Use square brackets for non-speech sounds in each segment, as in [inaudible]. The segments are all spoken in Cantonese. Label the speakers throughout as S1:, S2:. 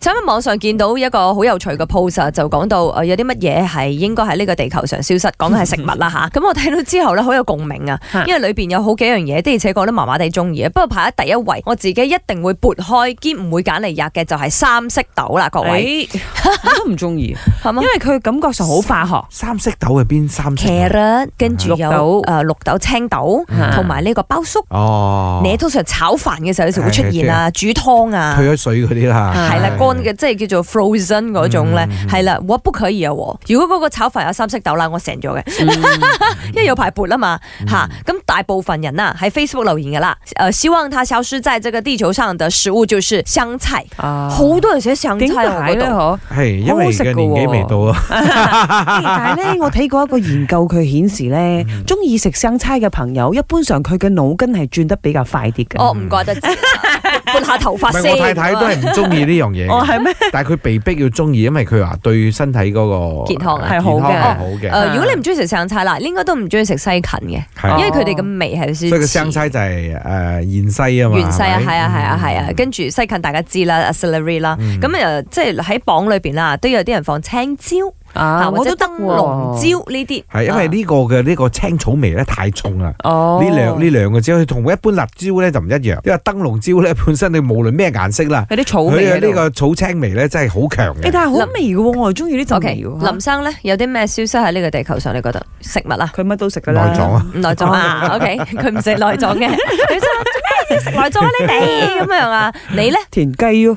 S1: 就喺網上見到一個好有趣嘅 post 啊就講到誒有啲乜嘢係應該喺呢個地球上消失，講緊係食物
S2: [laughs]
S1: 啦吓。咁我睇到之後咧，好有共鳴啊
S2: 嚇，
S1: 因為裏邊有好幾樣嘢的而且確都麻麻地中意啊。不過排喺第一位，我自己一定會撥開兼唔會揀嚟吔嘅就係三色豆啦，各位
S2: 哎我都唔
S1: [laughs]
S2: 中意，
S1: 係嘛
S2: [laughs] 因？為佢感覺上好化學。
S3: 三色豆係邊三色？啊
S1: 茄啦，跟住有
S2: 綠豆
S1: 誒綠豆、青
S2: [laughs]
S1: 豆，
S3: 嗯
S1: 同埋呢個包粟。
S3: 哦，
S1: 你通常炒飯嘅時候有時會出現啊，煮湯啊
S3: 退。咗水嗰啲啦，
S1: 係啦，
S2: 係
S1: 乾嘅即係叫做 frozen 嗰種咧
S3: 嗯，
S1: 係啦，我不可以啊喎！如果嗰個炒飯有三色豆啦，我成咗嘅，
S3: 嗯
S1: 因為有排撥啦嘛吓。咁大部分人啊喺 Facebook 留言噶啦，誒希望它消失在這個地球上的食物就是香菜，
S2: 啊
S1: 好多人寫香
S2: 點
S1: 菜啊
S2: 解
S1: 喎嗰
S2: 咧？
S1: 度，
S2: 嗬？
S3: 係因為嘅年紀未到啊，
S2: 哎但係咧，我睇過一個研究，佢顯示咧，
S1: 嗯
S2: 中意食生猜嘅朋友，一般上佢嘅腦筋係轉得比較快啲嘅。
S1: 我唔覺得知，啊
S3: [laughs]
S1: 撥下頭
S3: 唔
S1: 髮
S3: 係
S1: 先。
S3: 我太太都係唔中意呢樣嘢
S2: 哦，
S3: 嘅，
S2: 係咩？
S3: 但係佢被逼要中意，因為佢話對身體嗰個
S1: 健康啊
S3: 健
S2: 係好嘅
S3: 係好
S1: 誒、
S3: 嘅，
S1: 呃如果你唔中意食生菜啦，你應該都唔中意食西芹嘅，
S3: 係
S1: 因為佢哋嘅味係有少
S3: 哦所以個
S1: 少
S3: 生
S1: 似。
S3: 猜就係誒芫荽啊嘛，
S1: 芫荽
S2: 嗯
S1: 啊，
S3: 咪嗯
S1: 係啊，係啊，係啊，跟住西芹大家知啦 c e l e r y 啦，
S2: 嗯
S1: 咁誒即係喺榜裏邊啊啦，都有啲人放青椒啊，
S2: 啊
S1: 或者
S2: 得
S1: 燈籠
S2: 喎。
S1: 椒呢啲，
S3: 係因為
S1: 啊
S3: 呢個嘅呢個青草味咧太重啦。
S2: 哦，
S3: 呢兩呢兩個椒，佢同一般辣椒咧就唔一樣，因為燈籠椒咧本身你無論咩顏色啦，
S2: 有啲草
S3: 佢
S2: 味
S1: 啊
S3: 有
S2: 喺度
S3: 呢個草青味咧真係好強
S2: 哎
S3: 嘅。
S2: 但係好味嘅喎，我係中意呢陣啊
S1: OK，
S2: 味喎。
S1: 林生咧有啲咩消失喺呢個地球上？你覺得食物啊，
S2: 佢乜都食㗎
S3: 內
S2: 啦。
S3: 臟啊，
S1: 內
S2: [laughs]
S1: 臟啊，OK，佢唔食內臟嘅，佢就食內臟啊你哋咁樣啊，你咧
S2: 田
S1: [laughs]
S2: 雞咯，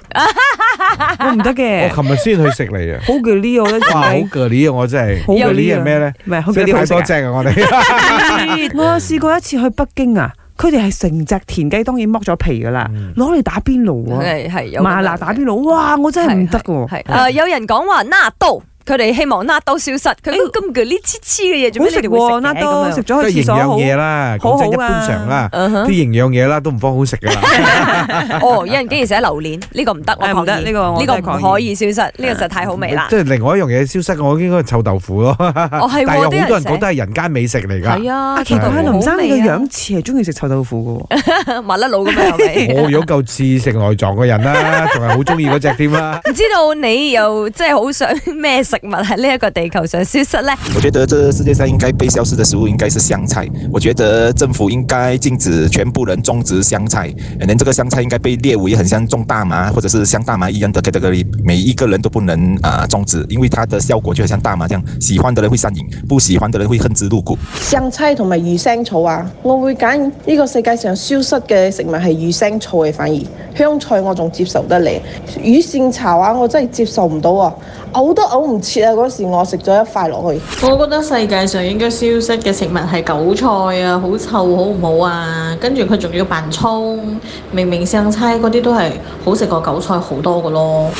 S2: 我唔得
S3: 我
S2: 嘅。
S3: 琴日先去食
S2: [laughs]
S3: 嚟啊！
S2: 好嘅呢個咧，
S3: 哇，好
S2: 田雞
S3: 嘅呢啊，我真係
S2: 好嘅
S3: 呢係咩咧？
S2: 唔係好
S3: 即
S2: 嘅呢
S3: 係
S2: 好
S3: 太
S2: 食
S3: 多
S2: 啊
S3: 隻啊！我哋
S2: 我試過一次去北京啊，佢哋係成隻田雞，當然剝咗皮㗎啦，
S3: 嗯
S2: 攞嚟打邊爐啊，
S1: 係係有
S2: 麻辣打邊爐，哇！我真係唔得喎，
S1: 係誒，有人講話納豆，佢哋希望納豆消失，佢咁咁嘅呢黐黐嘅嘢做
S2: 哎
S1: 咩
S2: 好食
S1: 你哋會
S2: 喎，
S1: 食
S2: 納
S1: 嘅
S2: 多
S1: 咁
S2: 食
S1: 樣？
S2: 咗
S3: 都係
S2: 去廁
S3: 營
S2: 所 [laughs] 好
S3: 養。嘢啦，
S2: 好
S3: 講真一
S2: 好啊
S3: 般常啦，
S1: 嗯
S3: 啲
S1: 哼
S3: 營養嘢啦都唔方好食噶
S2: [laughs]
S3: 啦。
S1: [laughs] 哦，有人竟然寫榴蓮，呢個唔得，我
S2: 誒
S1: 抗
S2: 唔得
S1: 議
S2: 呢個我哦
S1: 呢個
S2: 真係啊嗯抗
S1: 唔
S2: 議
S1: 可以消失，呢個實在太好味啦
S3: 即。係另外一樣嘢消失，我應該係臭豆腐咯。
S1: 哦，係
S3: [laughs] 但係
S1: 喎，
S3: 有好
S1: 啲
S3: 多人
S1: 人
S3: 覺
S1: 寫
S3: 得係人間美食嚟㗎。
S1: 係啊，
S2: 啊，奇怪，
S1: 臭豆腐
S2: 林生你個
S1: 好
S2: 樣
S1: 味
S2: 似係中意食臭豆腐嘅喎，
S1: 啊麻甩佬咁樣係咪？
S3: 我有嚿似食內臟嘅人啦，仲係好中意嗰只添啦。
S1: 唔知道你又即係好想咩食物喺呢一個地球上消失咧？
S4: 我觉得这世界上应该被消失的食物应该是香菜。我觉得政府应该禁止全部人种植香菜，连这个香菜应该被列为很像种大麻或者是像大麻一样的 category，每一个人都不能啊、种植，因为它的效果就很像大麻这样，喜欢的人会上瘾，不喜欢的人会恨之入骨。
S5: 生猜同埋魚腥草啊，我會揀呢個世界上消失嘅食物係魚腥草嘅，反而香菜我仲接受得嚟，魚線炒啊我真係接受唔到啊，嘔都嘔唔切啊！嗰時我食咗一塊落去。
S6: 我覺得世界上應該消失嘅食物係韭菜啊，好臭好唔好啊？跟住佢仲要扮葱，明明生猜嗰啲都係好食過韭菜好多嘅咯。